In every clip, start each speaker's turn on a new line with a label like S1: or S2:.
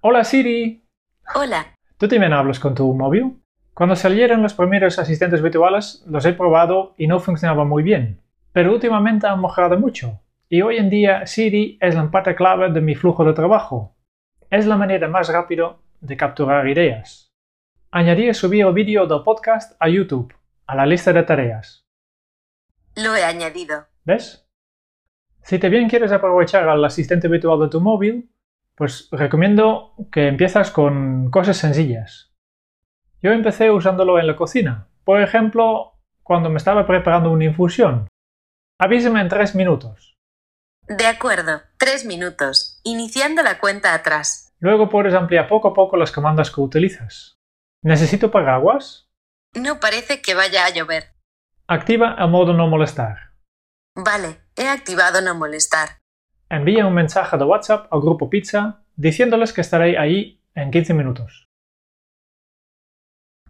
S1: Hola Siri,
S2: Hola,
S1: ¿tú también hablas con tu móvil? Cuando salieron los primeros asistentes virtuales, los he probado y no funcionaban muy bien, pero últimamente han mejorado mucho, y hoy en día Siri es la parte clave de mi flujo de trabajo. Es la manera más rápida de capturar ideas. Añadir y subir el vídeo del podcast a YouTube, a la lista de tareas.
S2: lo he añadido.
S1: ¿Ves? Si te bien quieres aprovechar al asistente virtual de tu móvil, pues recomiendo que empiezas con cosas sencillas. Yo empecé usándolo en la cocina. Por ejemplo, cuando me estaba preparando una infusión. Avísame en tres minutos.
S2: De acuerdo, tres minutos. Iniciando la cuenta atrás.
S1: Luego puedes ampliar poco a poco las comandas que utilizas. ¿Necesito paraguas?
S2: No parece que vaya a llover.
S1: Activa el modo no molestar.
S2: Vale, he activado no molestar.
S1: Envía un mensaje de WhatsApp al grupo Pizza diciéndoles que estaré ahí en 15 minutos.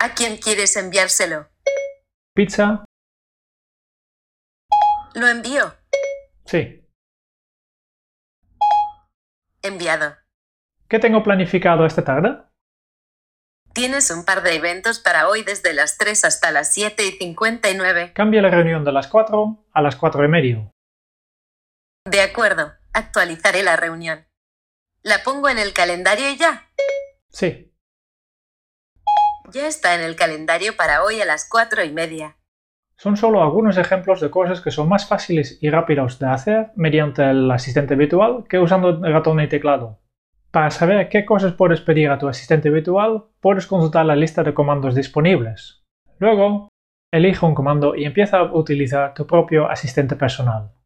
S2: ¿A quién quieres enviárselo?
S1: Pizza,
S2: Lo envío.
S1: sí.
S2: Enviado.
S1: ¿Qué tengo planificado esta tarde?
S2: Tienes un par de eventos para hoy desde las 3 hasta las 7 y 59.
S1: Cambia la reunión de las 4 a las 4 y medio.
S2: De acuerdo, actualizaré la reunión. La pongo en el calendario y ya.
S1: Sí.
S2: Ya está en el calendario para hoy a las 4 y media.
S1: Son solo algunos ejemplos de cosas que son más fáciles y rápidos de hacer mediante el asistente virtual que usando ratón y teclado. Para saber qué cosas puedes pedir a tu asistente virtual, puedes consultar la lista de comandos disponibles. Luego, elige un comando y empieza a utilizar tu propio asistente personal.